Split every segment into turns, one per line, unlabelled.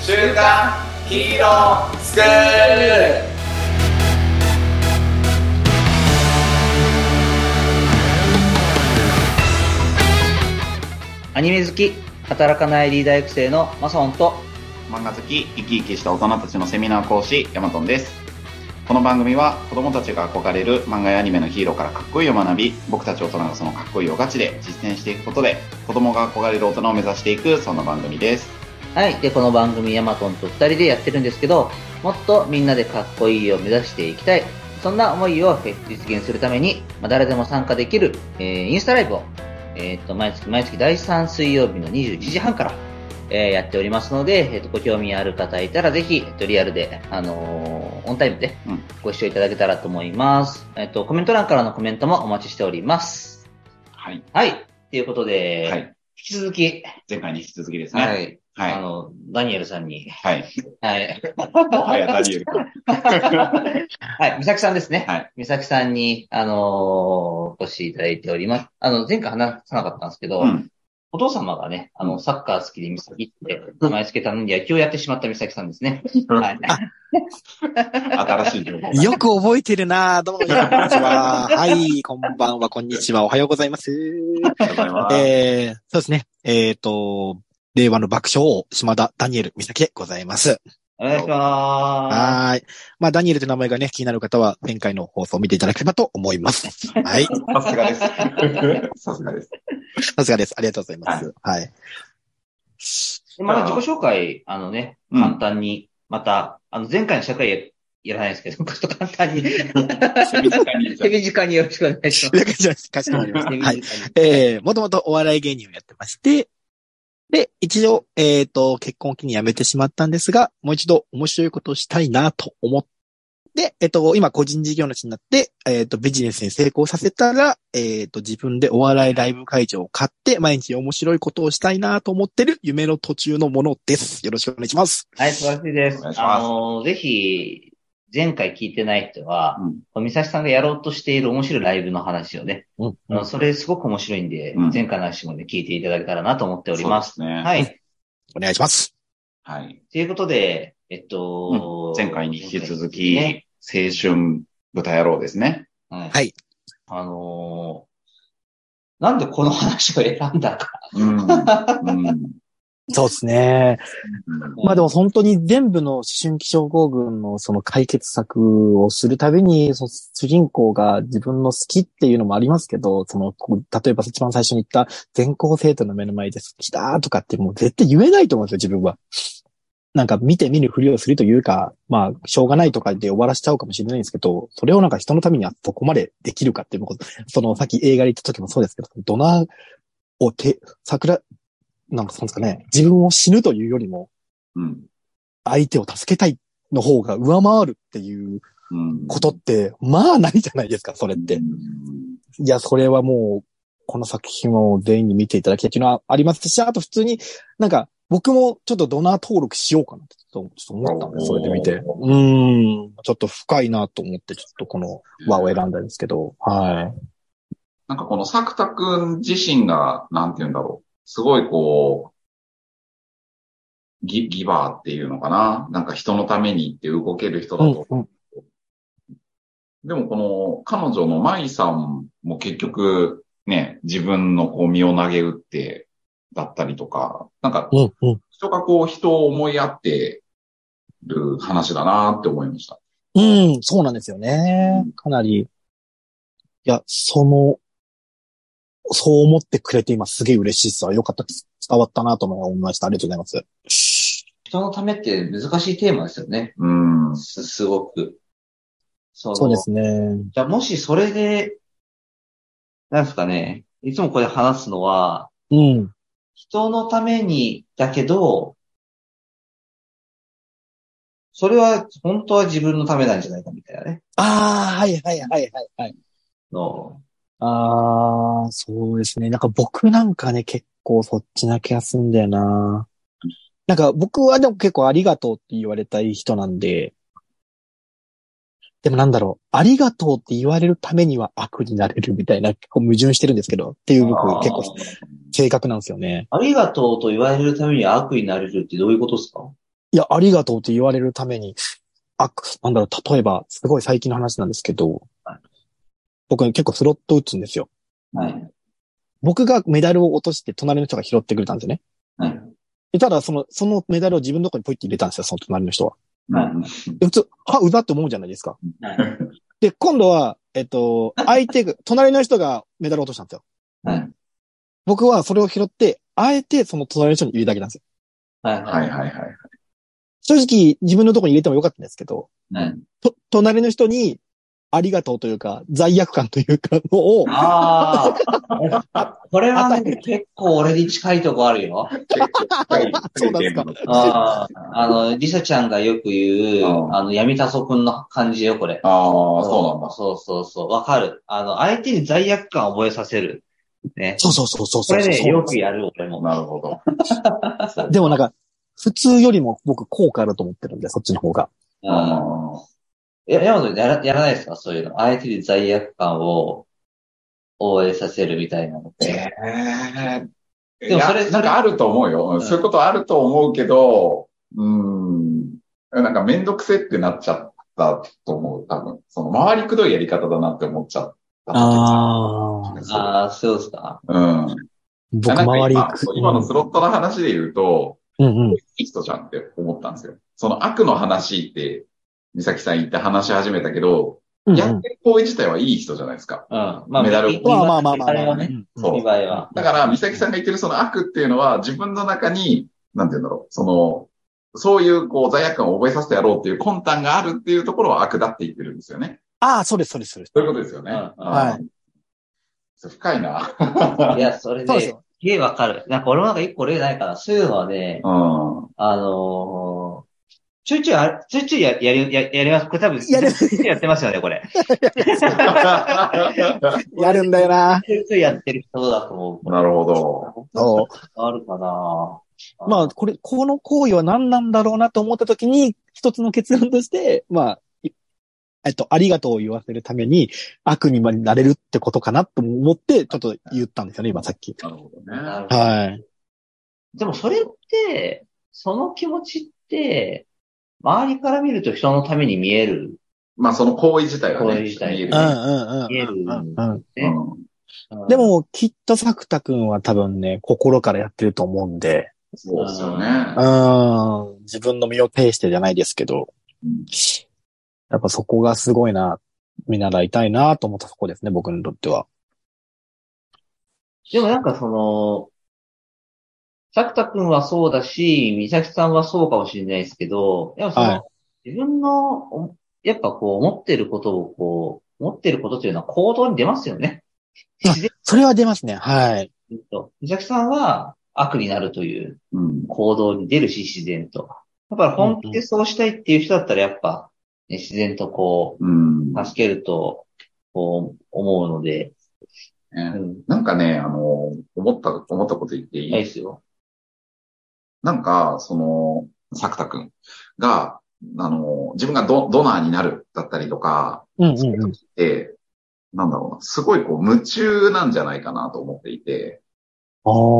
週刊ヒーロースクール
アニメ好き、働かないリーダー育成のマサオンと、
漫画好き生き生きした大人たちのセミナー講師ヤマトンですこの番組は子どもたちが憧れる漫画やアニメのヒーローからかっこいいを学び僕たち大人がそのかっこいいをガチで実践していくことで子どもが憧れる大人を目指していくそんな番組です
はい。で、この番組ヤマトンと二人でやってるんですけど、もっとみんなでかっこいいを目指していきたい。そんな思いを実現するために、まあ、誰でも参加できる、えーインスタライブを、えーっと、毎月毎月第3水曜日の21時半から、えーやっておりますので、えーっと、ご興味ある方いたら、ぜひ、えっと、リアルで、あのーオンタイムで
うん
ご視聴いただけたらと思います。えーっと、コメント欄からのコメントもお待ちしております。
はい、
はい。ということで、
はい、
引き続き、
前回に引き続きです
は
ね
い。
はい
あの、ダニエルさんに。
はい
はい。
もはやダニエル君
はい、美咲さんですね。
はい
美咲さんに、あのーお越しいただいております。あの、前回話さなかったんですけど、
うん
お父様がね、あの、サッカー好きで美咲って、毎月頼んで野球をやってしまった美咲さんですね。はい。
新しい情報
よく覚えてるなぁどうも、こんにちは。 はい、こんばんは、こんにちは、おはようございます。
ありがとうございます
えー、そうですね。えっ、と、令和の爆笑王、島田ダニエル美咲でございます。
お願いしま
はーい。まあ、ダニエルという名前がね、気になる方は、前回の放送を見ていただければと思い ます。はい。
さすがです。さすが です。
さすがです。ありがとうございます。はい。
す。また自己紹介、あのね、
うん
簡単に、また、あの、前回の社会ややらないですけど、ちょっと簡単に、手短によろしくお願い します。
じゃあかしこまりました。
手短
はい。
に
えー、もともとお笑い芸人をやってまして、で、一応、えっ、と、結婚を機に辞めてしまったんですが、もう一度面白いことをしたいなと思って、えっ、と、今個人事業主になって、えっ、と、ビジネスに成功させたら、えっ、と、自分でお笑いライブ会場を買って、毎日面白いことをしたいなと思ってる夢の途中のものです。よろしくお願いします。
はい、素晴らしいです
お願い。します
あの、ぜひ、前回聞いてない人は、
うん
美咲さんがやろうとしている面白いライブの話をね、
うん
あのそれすごく面白いんで、
うん
前回の話もね、聞いていただけたらなと思っております。
そうですね。
は
う
い。
お願いします。
はい。
ということで、えっと、
前回に引き続き、
ね
青春豚野郎です ね。
はい。
はい
あのーなんでこの話を選んだか。
うん。うん
そうですね。まあでも本当に全部の思春期症候群のその解決策をするたびに、その主人公が自分の好きっていうのもありますけど、その、こう例えば一番最初に言った全校生徒の目の前で好きだとかってもう絶対言えないと思うんですよ、自分は。なんか見て見ぬふりをするというか、まあ、しょうがないとかで終わらしちゃうかもしれないんですけど、それをなんか人のためにはそこまでできるかっていうこと、そのさっき映画で言った時もそうですけど、ドナーを手、桜、なんかそうですかね、自分を死ぬというよりも、
うん。
相手を助けたいの方が上回るっていう
うん。
ことって、まあないじゃないですか、それっ
う
て
ん。。
いや、それはもう、この作品を全員に見ていただきたいっていうのはありますし、あと普通になんか、僕もちょっとドナー登録しようかなってちょっとちょっと思ったんで
おー
す、それで見て。うーん、ちょっと深いなと思って、ちょっとこの輪を選んだんですけど、は
なんかこの作田くん自身が、なんて言うんだろう。すごいこう、ギギバーっていうのかな。なんか人のためにって動ける人
い。う
だと
ん、うん、
でもこの彼女の舞さんも結局ね、自分のこう身を投げ打ってだったりとか、なんか
うん、うん。
人がこう人を思いやってる話だなって思いました。
うん、そうなんですよね。かなり。いや、その、そう思ってくれて今すげえ嬉しいですわ。よかったです。伝わったなと思いました。ありがとうございます。
人のためって難しいテーマですよね。
うん。
す、すごく。そ
そうですね。
じゃあもしそれで、なんですかね、いつもここで話すのは、
うん。
人のためにだけど、それは本当は自分のためなんじゃないかみたいなね。
ああ、はいはいはいはいはい。
の
ああ、そうですね。なんか僕なんかね、結構そっちな気がすんだよな。なんか僕はでも結構ありがとうって言われたい人なんで、でもなんだろう、ありがとうって言われるためには悪になれるみたいな、結構矛盾してるんですけど、っていう僕
あー
結構性格なんですよね。
ありがとうと言われるために悪意になれるってどういうことですか
いや、ありがとうって言われるために、あ、なんだろう、例えば、すごい最近の話なんですけど
はい、
僕結構スロット打つんですよ。
はい。
僕がメダルを落として隣の人が拾ってくれたんですよね。
はい。
でただ、その、そのメダルを自分のとこにポイって入れたんですよ、その隣の人は。
はい。
で普通、は、うざって思うじゃないですか。で、今度は、えっと、相手が、隣の人がメダルを落としたんですよ。
はい。
僕はそれを拾って、あえてその隣の人に入れただけなんですよ。
はい
は。
はいい。
はい。
正直、自分のとこに入れてもよかったんですけど、
はい。
と、隣の人に、ありがとうというか、罪悪感というか、のを、
ああ。 これはね、結構俺に近いとこあるよ。
そうなんですか
ああ。あの、リサちゃんがよく言
う
う、
ん
あの、闇たそくんの感じよ、これ。
ああ、そうなんだ。
そうそうそう。わかる。あの、相手に罪悪感を覚えさせる。ね。
そうそうそうそう
こ
そう
れね、
そう
よくやる、俺も。
なるほど。
でもなんか、普通よりも僕、効果あると思ってるんで、そっちの方が。
うん。いや、山本やらやらないですかそういうの。相手に罪悪感を覚えさせるみたいなのって。
ええ。
でもそれ
いやなんかあると思うよ。うんそういうことあると思うけど、うん。なんかめんどくせってなっちゃったと思う、多分。その回りくどいやり方だなって思っちゃった。
ああ。
そう
ああ、そうですか。
うん。
僕、
なんか
周り
今今のスロットの話で言うと、
うんうん。
いい人じゃんって思ったんですよ。その悪の話って、美咲さん言って話し始めたけど、
うん
や
う
っ
ん。
てる行為自体はいい人じゃないですか。
うん。まあ、
メダル
見
まあまあまあまあ
見栄え
ま
は
あ
ね、
ね。
そう
見栄えは。
だから、美咲さんが言ってるその悪っていうのは、自分の中に、なんて言うんだろう、その、そういうこう罪悪感を覚えさせてやろうっていう魂胆があるっていうところは悪だって言ってるんですよね。
ああ、そうです、そうです、そうです。
そういうことですよね。。
うん
はい
そう深いな。
いや、それ
そうです
ね
よ、。
すげえわかる。なんか俺もなんか一個例ないから、そういうのはね、
うん。
あのー、ちょいちょいあ、ちょいちょいややり、ややります。これ多分、
やる
ちょいちょいやってますよね、これ。
やるんだよな。
ちょいちょいやってる人だと思
なるほど。
う。
そう
あるかな
まあ、、これ、この行為は何なんだろうなと思ったときに、一つの結論として、まあ、いえっと、ありがとうを言わせるために、悪になれるってことかなと思って、ちょっと言ったんですよね、今さっき。
なるほどね。
なるほど
はい。
でもそれって、その気持ちって、周りから見ると人のために見える。
まあ、その行為自体はね。
行為自体
見える
う
ね
んうんうん
見える
うんうん。
ね
うん
で、も、きっとサクタ君は多分ね、心からやってると思うんで、
そうですよね。
うん、自分の身を挺してじゃないですけど
うん、
やっぱそこがすごいな、見習いたいなと思ったそこですね、僕にとっては。
でもなんかその、作田くんはそうだし、美咲さんはそうかもしれないですけど、やっぱその、
はい
自分の、おやっぱこう、持ってることをこう、持ってることというのは行動に出ますよね。自然
それは出ますね、はい。
と。美咲さんは悪になるという。
うん。
行動に出るし、自然と。だから本気でそうしたいっていう人だったら、やっぱ、ね、自然とこ
うん。
う、助けると、こう、思うので、う
ね
ん、
なんかね、あの、思った、思ったこと言ってい
いいで
い
すよ。
なんか、その、作田くんが、あの、自分がドドナーになるだったりとか、
うん
そういう時って、なんだろうな、すごいこう、夢中なんじゃないかなと思っていて、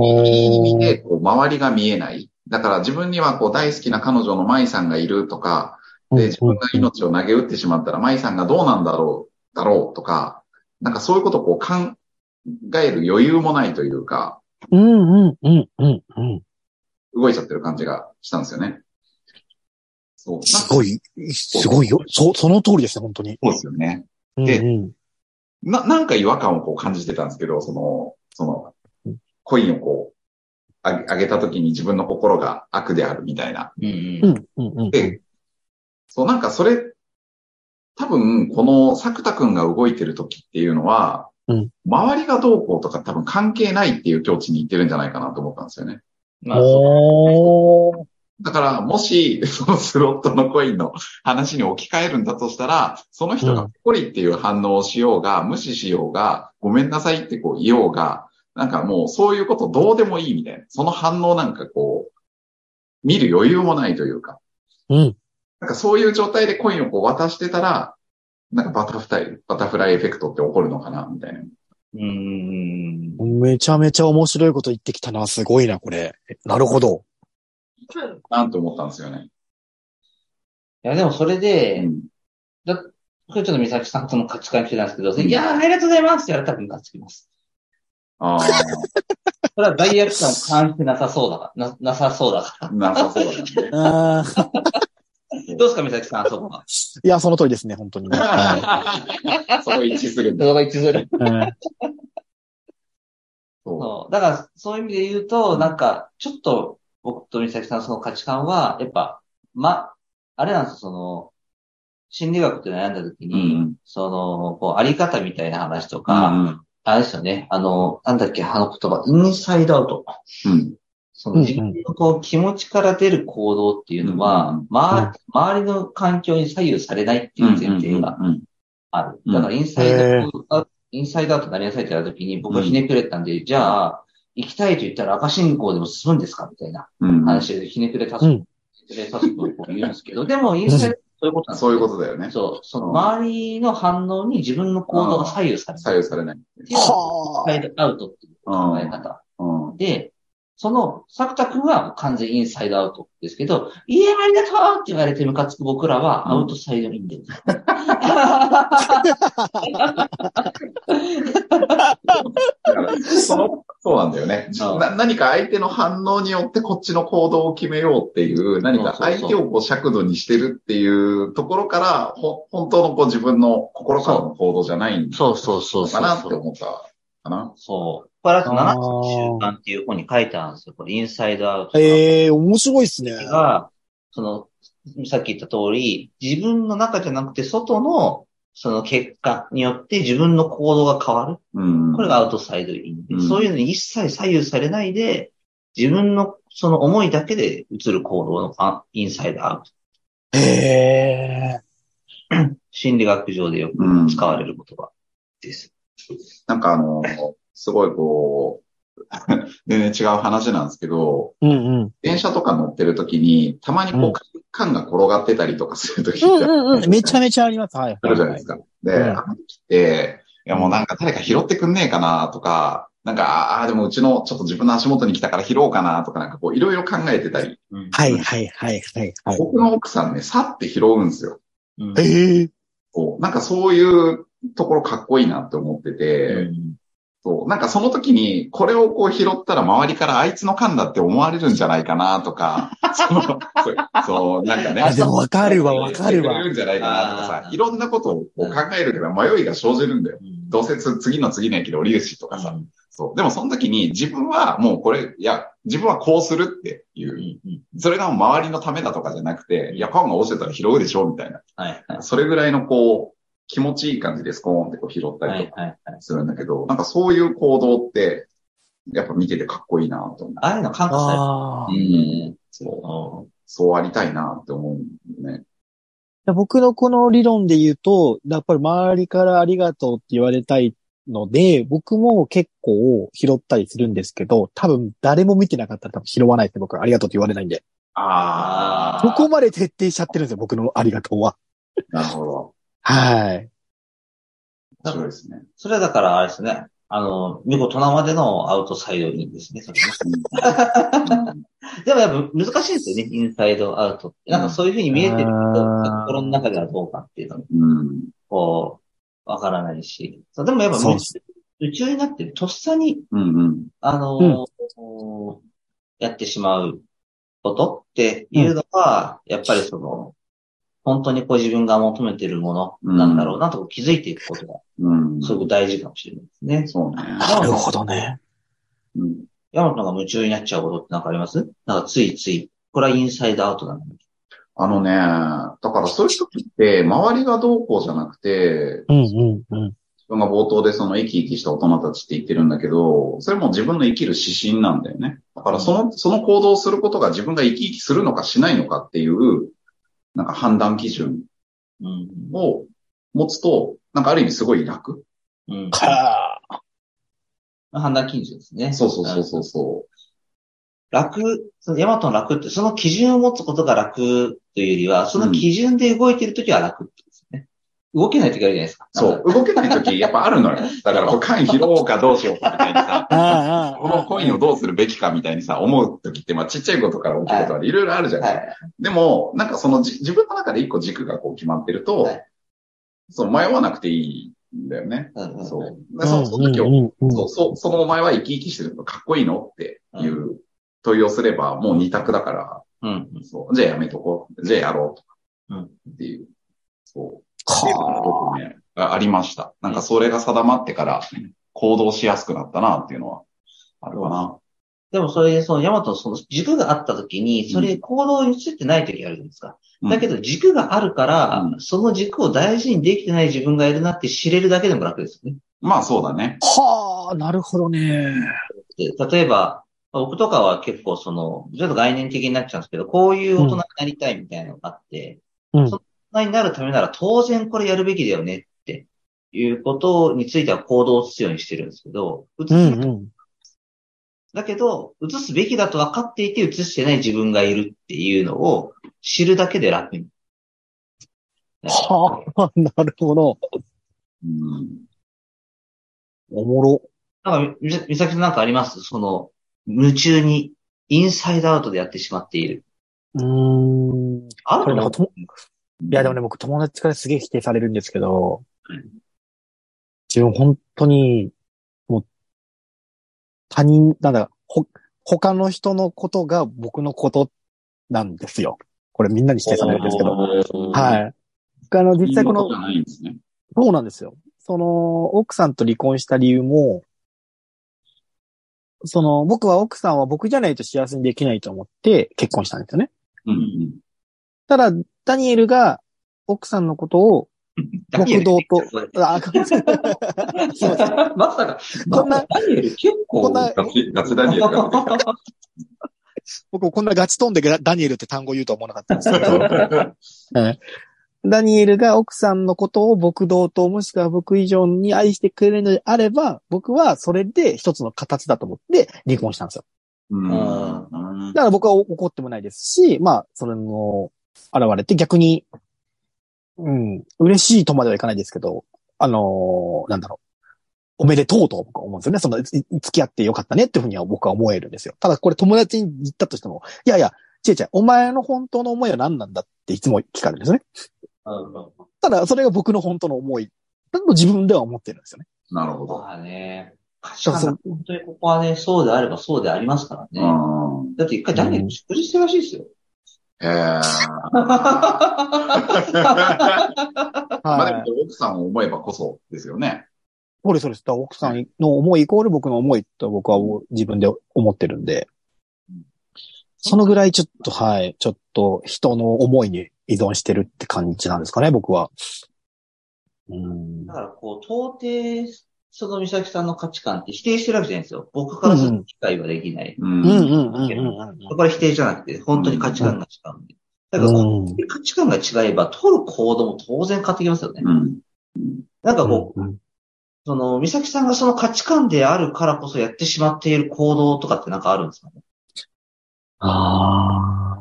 いい意味で、こう、周りが見えない。だから自分にはこう、大好きな彼女の舞さんがいるとか、で、自分が命を投げ打ってしまったら舞さんがどうなんだろう、だろうとか、なんかそういうことをこう、考える余裕もないというか、
うんうんうんうんうん。
動いちゃってる感じがしたんですよね。そう。
すごい、すごいよ。そ、その通りですね、本当に。
そうですよね。
で、うん
な、なんか違和感をこう感じてたんですけど、その、その、コインをこう、あげあげた時に自分の心が悪であるみたいな。
うんうん。
うんうんうん。
で、そう、なんかそれ、多分、この作田くんが動いてる時っていうのは、
うん
周りがどうこうとか多分関係ないっていう境地に行ってるんじゃないかなと思ったんですよね。
まあ、
おー。
だから、もし、 そのスロットのコインの話に置き換えるんだとしたら、その人が
うん
ポコリっていう反応をしようが、無視しようが、ごめんなさいってこう言おうが、なんかもうそういうことどうでもいいみたいな。その反応なんかこう、見る余裕もないというか。
うん。
なんかそういう状態でコインをこう渡してたら、なんかバタフライ、バタフライエフェクトって起こるのかなみたいな。
うんうん
めちゃめちゃ面白いこと言ってきたな。すごいな、これ。なるほど。
なんて思ったんですよね。
いや、でもそれで、
うん
だ、これちょっと美咲さんとの価値観聞いたんですけど、
ん
いやー、ありがとうございますって言われたらムカつきます。
あ
それは罪悪感を感じてなさそう だから、な、なさそうだか
あ、なさそうだね。
あー
ら。どうですか、美咲さん、そこは。
いや、その通りですね、本当にね。は
そこ一致するん
そ
だ。
こが一致する。
い うん
そ
そう。だから、そういう意味で言うと、なんか、ちょっと、僕と美咲さんのその価値観は、やっぱ、ま、あれなんですよ、その、心理学って悩んだ時に、
うん
その、こう、あり方みたいな話と
う。
か、あれですよね、あの、なんだっけ、あの言葉、インサイドアウト。
うん。
そ
うん
の
うん
自分のこう気持ちから出る行動っていうの
う
は
ん、
ま周りの環境に左右されないっていう前提が
うん。
ある。
うん
だからインサイドアウト、あインサイドアウトになりなさいって言った時に僕はひねくれたんで、じゃあ、行きたいと言ったら赤信号でも進むんですかみたいな
うん。
話でひねくれた
う
す、
ん
ひねくれたすとこう言うんですけど、でもインサイドアウトそういうことなんです
そ
よ
ういうことだよね。
そう、その周りの反応に自分の行動が左右され
左
ない。
右されない。
っていうのがインサイドアウトっていう考え方。
うん。
で、その、サクタ君は完全インサイドアウトですけど、いや、ありがとうって言われてムカつく僕らはアウトサイドインで。
だから、その、そうなんだよね。
うん
な何か相手の反応によってこっちの行動を決めようっていう、何か
そうそうそう
相手をこう尺度にしてるっていうところから、ほ、本当のこう自分の心からの行動じゃないん
そうそうそう
かなって
そう。
思ったかな。
そう。これは7
あー
つの習慣っていう本に書いてあるんですよ。これ、インサイドアウト
ええ面白いですね。
が、その、さっき言った通り、自分の中じゃなくて外の、その結果によって自分の行動が変わる。
うん。
これがアウトサイドインで、
うん
そういうのに一切左右されないで、自分のその思いだけで移る行動のあインサイドアウト。
ええ
心理学上でよ
うん
く使われる言葉です。
なんかあの、すごいこう、 全然違う話なんですけど、
うんうん。
電車とか乗ってる時に、たまにこ
う
う、
ん
缶が転がってたりとかする時
う
っ
ん
て
うんうん。めちゃめちゃあります。はい。
あるじゃないですか。で、
うん
あの時って、いやもうなんか誰か拾ってくんねえかなとか、なんか、ああ、でもうちのちょっと自分の足元に来たから拾おうかなとか、なんかこういろいろ考えてたり、
はいはいはいはいはい。
僕の奥さんね、さって拾うんですよ。
うん
ええ
こうなんかそういうところかっこいいなって思ってて、そうなんかその時にこれをこう拾ったら周りからあいつの缶だって思われるんじゃないかなとか、 そのそうそう、なんかね。
あ、でもわかるわわか
してく
る
れ
わ。
るんじゃないかなとかさ
あ、ー
いろんなことをこう考えるけど迷いが生じるんだよ。
うん
どうせつ次の次の駅で降りるしとかさ。そう。でもその時に自分はもうこれ、いや、自分はこうするっていうう。
んうん
それが周りのためだとかじゃなくて、いや、パンが落ちてたら拾うでしょみたいな。
はいはい。
それぐらいのこう、気持ちいい感じでスコーンってこう拾った
は
り
い
とか
はいはい。
するんだけど、なんかそういう行動って、やっぱ見ててかっこいいなと思う。
ああいうの感化される
ああ。
う
い
ん。
う。
そうんそうありたいなって思うんだよね。
や僕のこの理論で言うと、やっぱり周りからありがとうって言われたいので、僕も結構拾ったりするんですけど、多分誰も見てなかったら多分拾わないですね、僕はありがとうって言われないんで。
あ
そこまで徹底しちゃってるんですよ、僕のありがとうは。
あ、なるほど。
はい。
面白いですね。
それはだから、あれですね。あの、見事なまでのアウトサイドインですね。それねでもやっぱ難しいですよね、インサイドアウトって。なんかそういう風に見えてるけど、
うん
心の中ではどうかっていうのも、
うん。
こう、わからないし。そうでもやっぱ
そう
夢
で
中夢中になって、とっさに、
うんうん。
あのーやってしまうことっていうのは、やっぱりその、本当にこう自分が求めてるものなんだろうなと気づいていくことが、
うん。
すごく大事かもしれないですね。
そうね。
なるほどね。
うん。
山本が夢中になっちゃうことってなんかありますなんかついつい、これはインサイドアウトなのに。
あのね、だからそういう時って、周りがどうこうじゃなくて、
うんうんうん。
自分が冒頭でその生き生きした大人たちって言ってるんだけど、それも自分の生きる指針なんだよね。だからその、その行動をすることが自分が生き生きするのかしないのかっていう、なんか判断基準
うん。
を持つと、なんかある意味すごい楽。
うん。
か
判断基準ですね。
そうそうそうそうそう。
楽、そのヤマトの楽って、その基準を持つことが楽というよりは、その基準で動いているときは楽ってことですね。動けない時あるじゃないですか。
そう。動けない時、やっぱあるのよ。だから、こう、缶拾おうかどうしようかみたいにさ、
あ
このコインをどうするべきかみたいにさ、思う時って、まあ、ちっちゃいことから大きいことまでいろいろあるじゃな。
はいい。
でも、なんかそのじ自分の中で一個軸がこう決まってると、
はい
そう、迷わなくていいんだよね。
うんうんうん
そう。だから
あ
そその時を、
うん
そう、そう、そのお前は生き生きしてるのかっこいいのっていう問いをすれば、もう二択だから、
うん。
そう、じゃあやめとこう。じゃあやろうとか。
うん
っていう。そう。っていうのが
はあ
僕ね、あありました。なんかそれが定まってから行動しやすくなったなっていうのは、あるかな。
でもそれで、その、ヤマトのその軸があった時に、それ行動に移ってない時あるじゃないですか。
うん
だけど軸があるから、
う
その軸を大事にできてない自分がいるなって知れるだけでも楽ですよね。
まあそうだね。
はあ、なるほどね。
で例えば、僕とかは結構その、ちょっと概念的になっちゃうんですけど、こういう大人になりたいみたいなのがあって、
うん
その大人になるためなら当然これやるべきだよねっていうことについては行動を移すようにしてるんですけど、移す、
うんうん。
だけど、移すべきだと分かっていて移してない自分がいるっていうのを知るだけで楽に。
はあ、 なるほど。
うん。
おもろ。
なんか、みさみさきさんなんかありますその、夢中に、インサイドアウトでやってしまっている。
うーん。い
あると
これな
思う
んかともや、でもね、僕友達からすげえ否定されるんですけど
うん、
自分本当に、もう、他人、なんだ、ほ、他の人のことが僕のことなんですよ。これみんなに否定されるんですけど。
ど
はい。あの、実際この
じゃ、ないんですね。
そうなんですよ。その、奥さんと離婚した理由も、その、僕は奥さんは僕じゃないと幸せにできないと思って結婚したんですよね。
うん
ただ、ダニエルが奥さんのこと を、
ダニエル
僕同等
それ
あ、ごめんなさいすいません。
まさか、
こんな
ダニエル結構。
こんな
うん。ガチ、ガチダニエルが出てきた。
僕こんなガチ飛んでダダニエルって単語言うとは思わなかったんですけ
そう
ど、ダニエルが奥さんのことを僕同等もしくは僕以上に愛してくれるのであれば、僕はそれで一つの形だと思って離婚したんですよ。
うん
うん
だから僕はお怒ってもないですし、まあ、それの、現れて逆に、うん、嬉しいとまではいかないですけど、あのーなんだろう。おめでとうと僕は思うんですよね。その、いい付き合ってよかったねっていうふうには僕は思えるんですよ。ただこれ友達に言ったとしても、いやいや、ちえちゃん、お前の本当の思いは何なんだっていつも聞かれるんですよね。ただそれが僕の本当の思いだと自分では思ってるんですよね。
なるほど。
まあね。価値
そう
観
そ
が
う
本当にここはね、そうであればそうでありますから
う
ね。
ん。
だって一回ダニエル食事してるらしいですよ。
へえ。まあでも、奥さんを思えばこそですよね。
そうです、そうです。だから奥さんの思いイコール僕の思いと僕は自分で思ってるんで
うん、
そのぐらいちょっと、はい、ちょっと人の思いに依存してるって感じなんですかね、僕は。うん
だ。からこう、到底、その美咲さんの価値観って否定してるわけじゃないんですよ。僕からすると理解はできない。
う
うんうん
ん。
うんうんうん
これは否定じゃなくて、本当に価値観が違うんで。だからこ
うん。
う、価値観が違えば、取る行動も当然変わってきますよね。
うん。
なんかこう、
うん
その、美咲さんがその価値観であるからこそやってしまっている行動とかってなんかあるんですかね
あ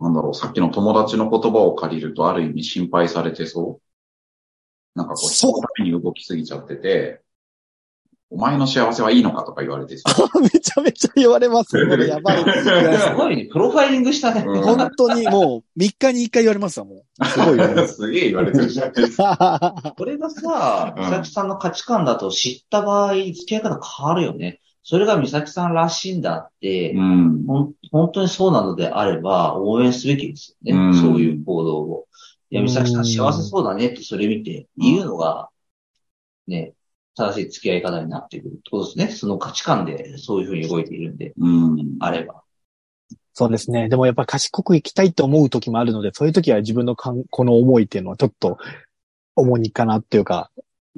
あ。
なんだろう、さっきの友達の言葉を借りると、ある意味心配されてそう。なんかこう、人
そう
のために動きすぎちゃってて、お前の幸せはいいのかとか言われてそう。
めちゃめちゃ言われますね。こ れやばい。
すごいね、プロファイリングしたね。
うん
本当にもう3日に1回言われますわ、もう。すごいよ ね。
すげえ言われてるじゃん。
これがさ、
うん
美咲さんの価値観だと知った場合、付き合い方変わるよね。それが美咲さんらしいんだって、
うん。
ほん本当にそうなのであれば、応援すべきですよね。
うん
そういう行動を。いや、
うん
美咲さん幸せそうだねってそれ見て言うのが、ね、正しい付き合い方になってくるってことですね。その価値観でそういうふうに動いているんで、
うん。
あれば。
そうですね。でもやっぱ賢く生きたいと思う時もあるので、そういう時は自分のかんこの思いっていうのはちょっと重荷かなっていうか、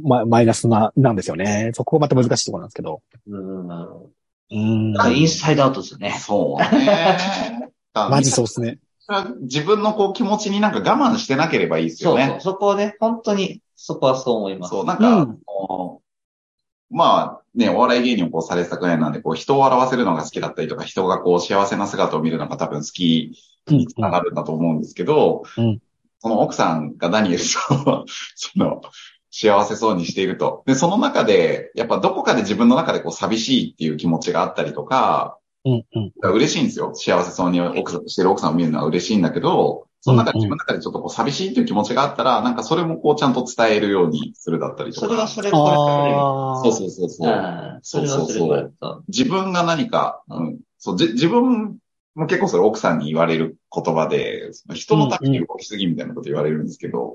ま、マイナスな、なんですよね。そこがまた難しいところなんですけど。
うん。
うーん。
インサイドアウトですよね。
そうね。
マジそうですね。
自分のこう気持ちになんか我慢してなければいいです
そ
よ
う
ね。
そう。そこをね、本当に、そこはそう思います。
そう、なん
う
か、
ん
あのまあね、お笑い芸人をこうされてたくらいなんで、こう人を笑わせるのが好きだったりとか、人がこう幸せな姿を見るのが多分好き
うん
につながるんだと思うんですけど、
うん
その奥さんが何よりそう、その、幸せそうにしていると。で、その中で、やっぱどこかで自分の中でこう寂しいっていう気持ちがあったりとか、
うんうん。
嬉しいんですよ。幸せそうに奥さんしてる奥さんを見るのは嬉しいんだけど、その中で自分の中でちょっとこう寂しいっていう気持ちがあったら、なんかそれもこうちゃんと伝えるようにするだったりと
そ
か。
れはそれ、こ
ああ。
そうそうそうそ
れ、
う。
ああそれはそれ、これと。
自分が何か、うん、そう、じ自分も結構それ奥さんに言われる言葉で、その人のために動きすぎみたいなこと言われるんですけど、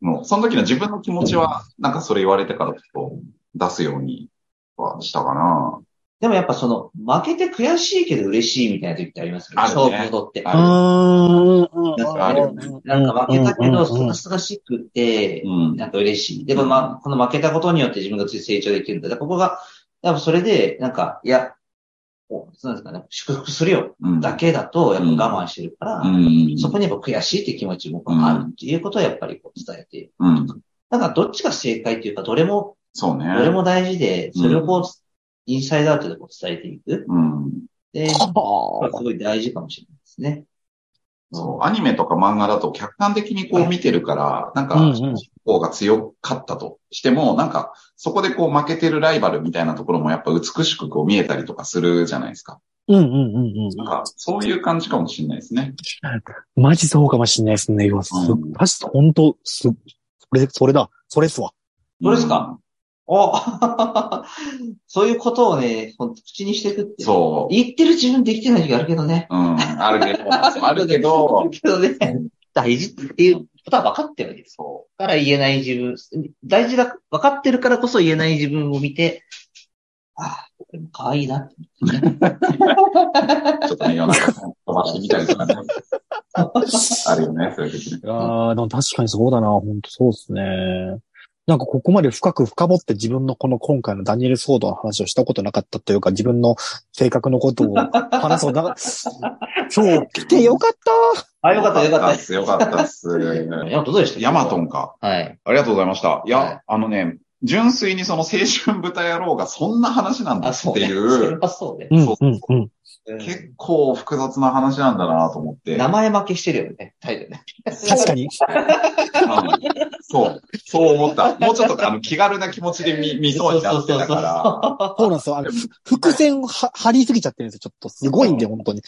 もうその時の自分の気持ちは、なんかそれ言われてからちょっと出すようにはしたかな。
でもやっぱその、負けて悔しいけど嬉しいみたいな時ってありますよね。
あるね
勝負事って。
あ
うーんうん。
なんかあるよね
なんか負けたけ
うんうんう
ど、す
ん
がすがしくって
う、ん。
なんか嬉しい。でもまあ、この負けたことによって自分が成長できるんだ。だからここが、やっぱそれで、なんか、いや、おそうなんですかね、祝福するよ。
うん。
だけだと、やっぱ我慢してるから、
うん。
そこにやっぱ悔しいって気持ちもあるっていうことをやっぱりこう伝えて、
うん。
だからどっちが正解っていうか、どれも、
そうね。
どれも大事で、
うん
それをこう、インサイドアウトでこう伝えていく。
うん。
で、こ
は
れすごい大事かもしれないですね。
そう、アニメとか漫画だと客観的にこう見てるから、なんか、
うんうん
主人公が強かったとしても、なんか、そこでこう負けてるライバルみたいなところもやっぱ美しくこう見えたりとかするじゃないですか。
あ。うんうんうん
なんか、そういう感じかもしれないですね。
うん。マジそうかもしれないですね。今、す
う、ん
マジ本当す、それ、それだ。それっす わ。
どうですかお そういうことをね、ほんと口にしていくっ
うん
て。
そう。
言ってる自分できてない時あるけどね。
うん、あるけど、あるけ
ある
ど、
けどね。大事っていうことは分かってるわけです。
そ
だから言えない自分、大事だ、分かってるからこそ言えない自分を見て、ああ、これも可愛いなって。
う、ちょっとね、世の中飛ばしてみたりとかね。あるよね、そういう時ね。
ああ、でも確かにそうだな。本当そうですね。なんかここまで深く深掘って自分のこの今回のダニエル・ソードの話をしたことなかったというか、自分の性格のことを話そうなかった。 今日来てよかった。
あ、よかったよかった
っ。す。よかったっ す。
ヤマトどうでした
ヤマト。ンか。
はい。
ありがとうございました。いや、
はい
あのね、純粋にその青春豚野郎がそんな話なんだ
あ、
っ
そう
て
ね。
い
それ
う、
はそうね。
うん、うん、うん。
うん
結構複雑な話なんだなと思って。
名前負けしてるよね、タイトルね。
確かに。
うんそう、そう思った。もうちょっとあの気軽な気持ちで見見そうになってたから。
そうなんですよ。あの、ふ伏線をは張りすぎちゃってるんですよ。ちょっとすごいんで、本当に。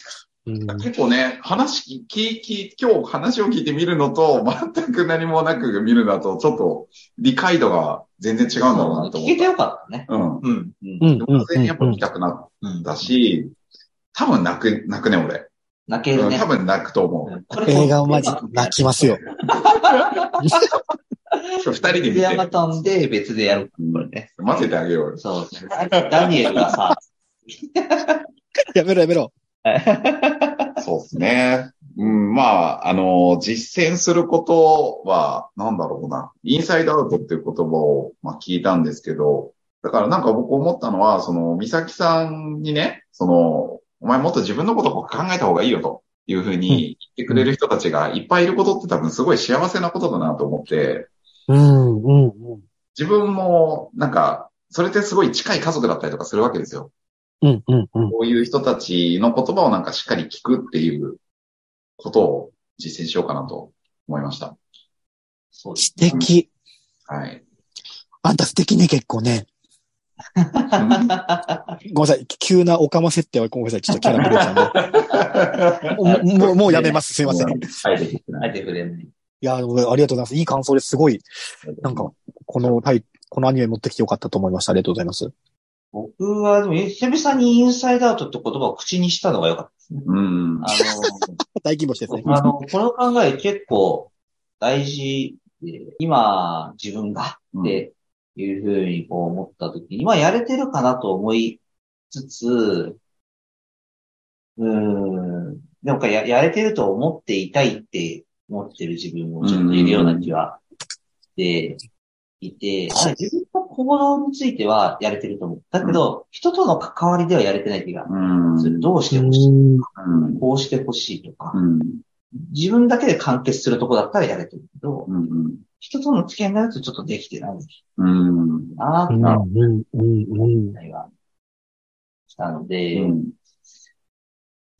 うん。
結構ね、話聞き、聞き、今日話を聞いてみるのと、全く何もなく見るのと、ちょっと理解度が全然違うんだろうなと
聞
思っ
けてよかったね。
た。うん。
うん。
うん、うん、
完全にやっぱ
うん
見。たくなったし、多分泣く、泣くね、俺。
泣ける
うん
ね
多。分泣くと思う。
うんこれ
映画をマジ泣きます よ。
今日二人で見て
ヤマトンで別でやる。これね。
混ぜてあげようよ。
そう。ダニエルがさ、
やめろやめろ。
そうですね。うん、まあ、あの、実践することは、なんだろうな。インサイドアウトっていう言葉を、まあ、聞いたんですけど、だからなんか僕思ったのは、その、美咲さんにね、その、お前もっと自分のことを考えた方がいいよというふうに言ってくれる人たちがいっぱいいることって多分すごい幸せなことだなと思って、
うん、うん、うん。
自分も、なんか、それってすごい近い家族だったりとかするわけですよ。
うん、うん、うん。
こういう人たちの言葉をなんかしっかり聞くっていうことを実践しようかなと思いました。
そうです
素敵。
はい。
あんた素敵ね、結構ね。ごめんなさい。急なオカマ設定はごめんなさい。ちょっとキャラブレちゃんで。もうもう、もうやめます。すいません。い
はい。
あえて触れない。
や、でもありがとうございます。いい感想ですごい、なんか、このタイ、このアニメ持ってきてよかったと思いました。ありがとうございます。
僕は、でも、久々にインサイドアウトって言葉を口にしたのが良かっ
うん。
た。あ
大規模してですね。
の、あの、この考え結構大事で、今、自分が
う
っ
ん
ていうふうにこう思った時に、今やれてるかなと思いつつ、うーん、なんかややれてると思っていたいって思ってる自分もちょっといるような気はしていて、なんか自分の行動についてはやれてると思う。だけど、人との関わりではやれてない気が
うん。
する。どうしてほしい、
うん
うん。
こうしてほしいとか
う、ん。
自分だけで完結するとこだったらやれてるけど、
うん。
人との付き合いになるとちょっとできてない
うん。
な
うん、
ぁ
うん、うん、
題がしたので、
うん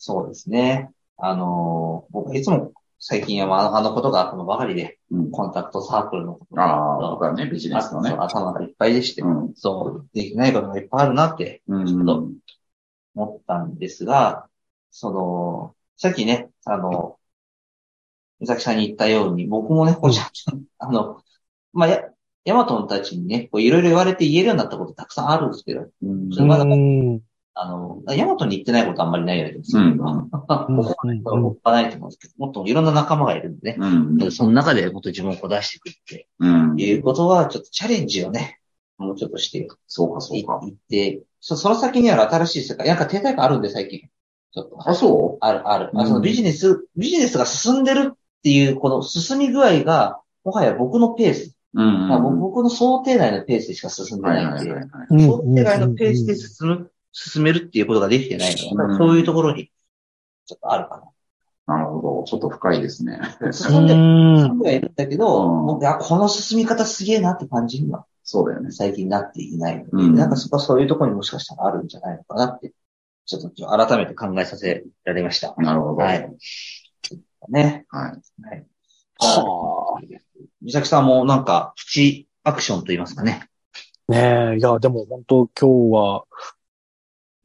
そうですね。あのー僕いつも最近はあのあのことがあったのばかりで、
うん。
コンタクトサークルのことが
ああ、とかね、ビジネスのね
そう。頭がいっぱいでして、
うん。
そう、できないことがいっぱいあるなって
うん。
ちょっと思ったんですが、その、さっきね、あの、美咲さんに言ったように、僕もね、こうじゃ、あの、まあ、や、ヤマトンたちにね、こういろいろ言われて言えるようになったことたくさんあるんですけど、
うん。
うまだ
うん。
あの、ヤマトンに言ってないことあんまりないような気がす
う
る。
ん。
ここは僕はないと思うんですけど、もっといろんな仲間がいるんでね。
うん。
その中でもっと自分をこう出していくって
うん。
いうことは、ちょっとチャレンジをね、もうちょっとして
そうか、そ
いう
か。
行って、そその先にある新しい世界、なんか停滞感あるんで最近。ちょっと。
あ、そう
ある、ある。
う
あ
ん
そのビジネス、ビジネスが進んでるっていう、この進み具合が、もはや僕のペース。
うん。
まあ僕僕の想定内のペースでしか進んで
は
ないいん
はい
で
はいは、い。
うん
想定外のペースで進む、進めるっていうことができてないの
うん
で、そういうところに、ちょっとあるか
なるほど。ちょっと深いですね。
な。
う
進んで、進
ん
んではいるんだけ
う
ど、
ん
僕、あ、この進み方すげえなって感じには、
そうだよね。
最近なっていないので、
うん
なんかそこはそういうところにもしかしたらあるんじゃないのかなって、ちょっと今日改めて考えさせられました。
なるほど。
は
はいい。
ね。
は
美咲さんもなんか、プチアクションと言いますかね。
あ。ねえ、いや、でも本当今日は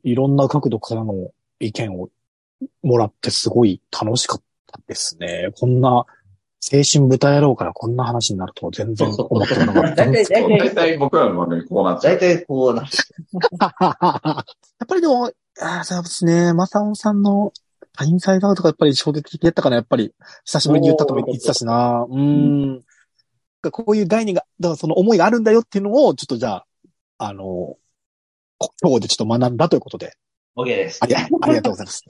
いろんな角度からの意見をもらってすごい楽しかったですね。こんな精神豚野郎からこんな話になるとは全然思ってなかったんですけど。
大体僕らの番組こうなっちゃ
大
う。
体こうな、
やっぱりでも、ああ、そうですね。マサオさんのインサイドアウトがやっぱり衝撃的だったかな。やっぱり、久しぶりに言ったとも言ってたしな。うーん。こういう概念が、だからその思いがあるんだよっていうのを、ちょっとじゃあ、あの、今日でちょっと学んだということで、
OK です。
あり あ
ありがとう
りがとうございます。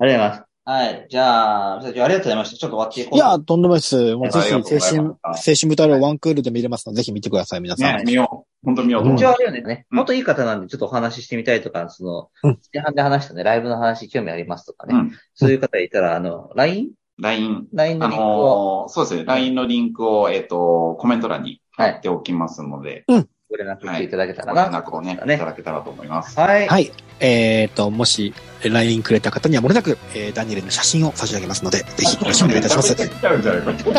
ございます。はい。じゃあ、美咲さんありがとうございました。ちょっと終わっていこう。
いや、、とんでもないです。もうぜ
ありがとうございま
ひ、
し
精神
た、
精神舞台のワンクールで見れますので、ぜひ見てください、皆さん。
ね、見よう。本当見ようと思
一
う。
応あれよね、
うん
もっといい方なんでちょっとお話ししてみたいとか、その
うん、
前半で話したね、ライブの話興味ありますとかね。
うん
そういう方いたら、あの、LINE?LINE
LINE。
の
あ
リンクを
のーそうですね。LINE のリンクを、えっと、コメント欄に貼っておきますので、
ご連絡していただけた
ご
ら
連
な。
絡をね、いた
ね
だけたらと思います。
はい。
はい。えっ、と、もし、え LINE くれた方にはもれなく、えーダニエルの写真を差し上げますので、ぜひよろしくお願いいたします。
めちゃくちゃ来ちゃうんじゃないこれ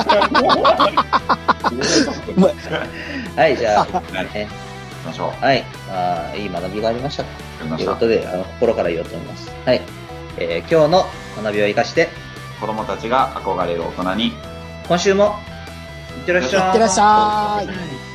ま
はい、じゃあ、
はい
ね
行きましょう。
はい、あーいい学びがありましたと
やりま
い
し
うこ
た。
とで、あの心から言おうと思います。はい。えー今日の学びを生かして、
子供たちが憧れる大人に。
今週も、いってらっしゃい。
いってらっしゃい。
い。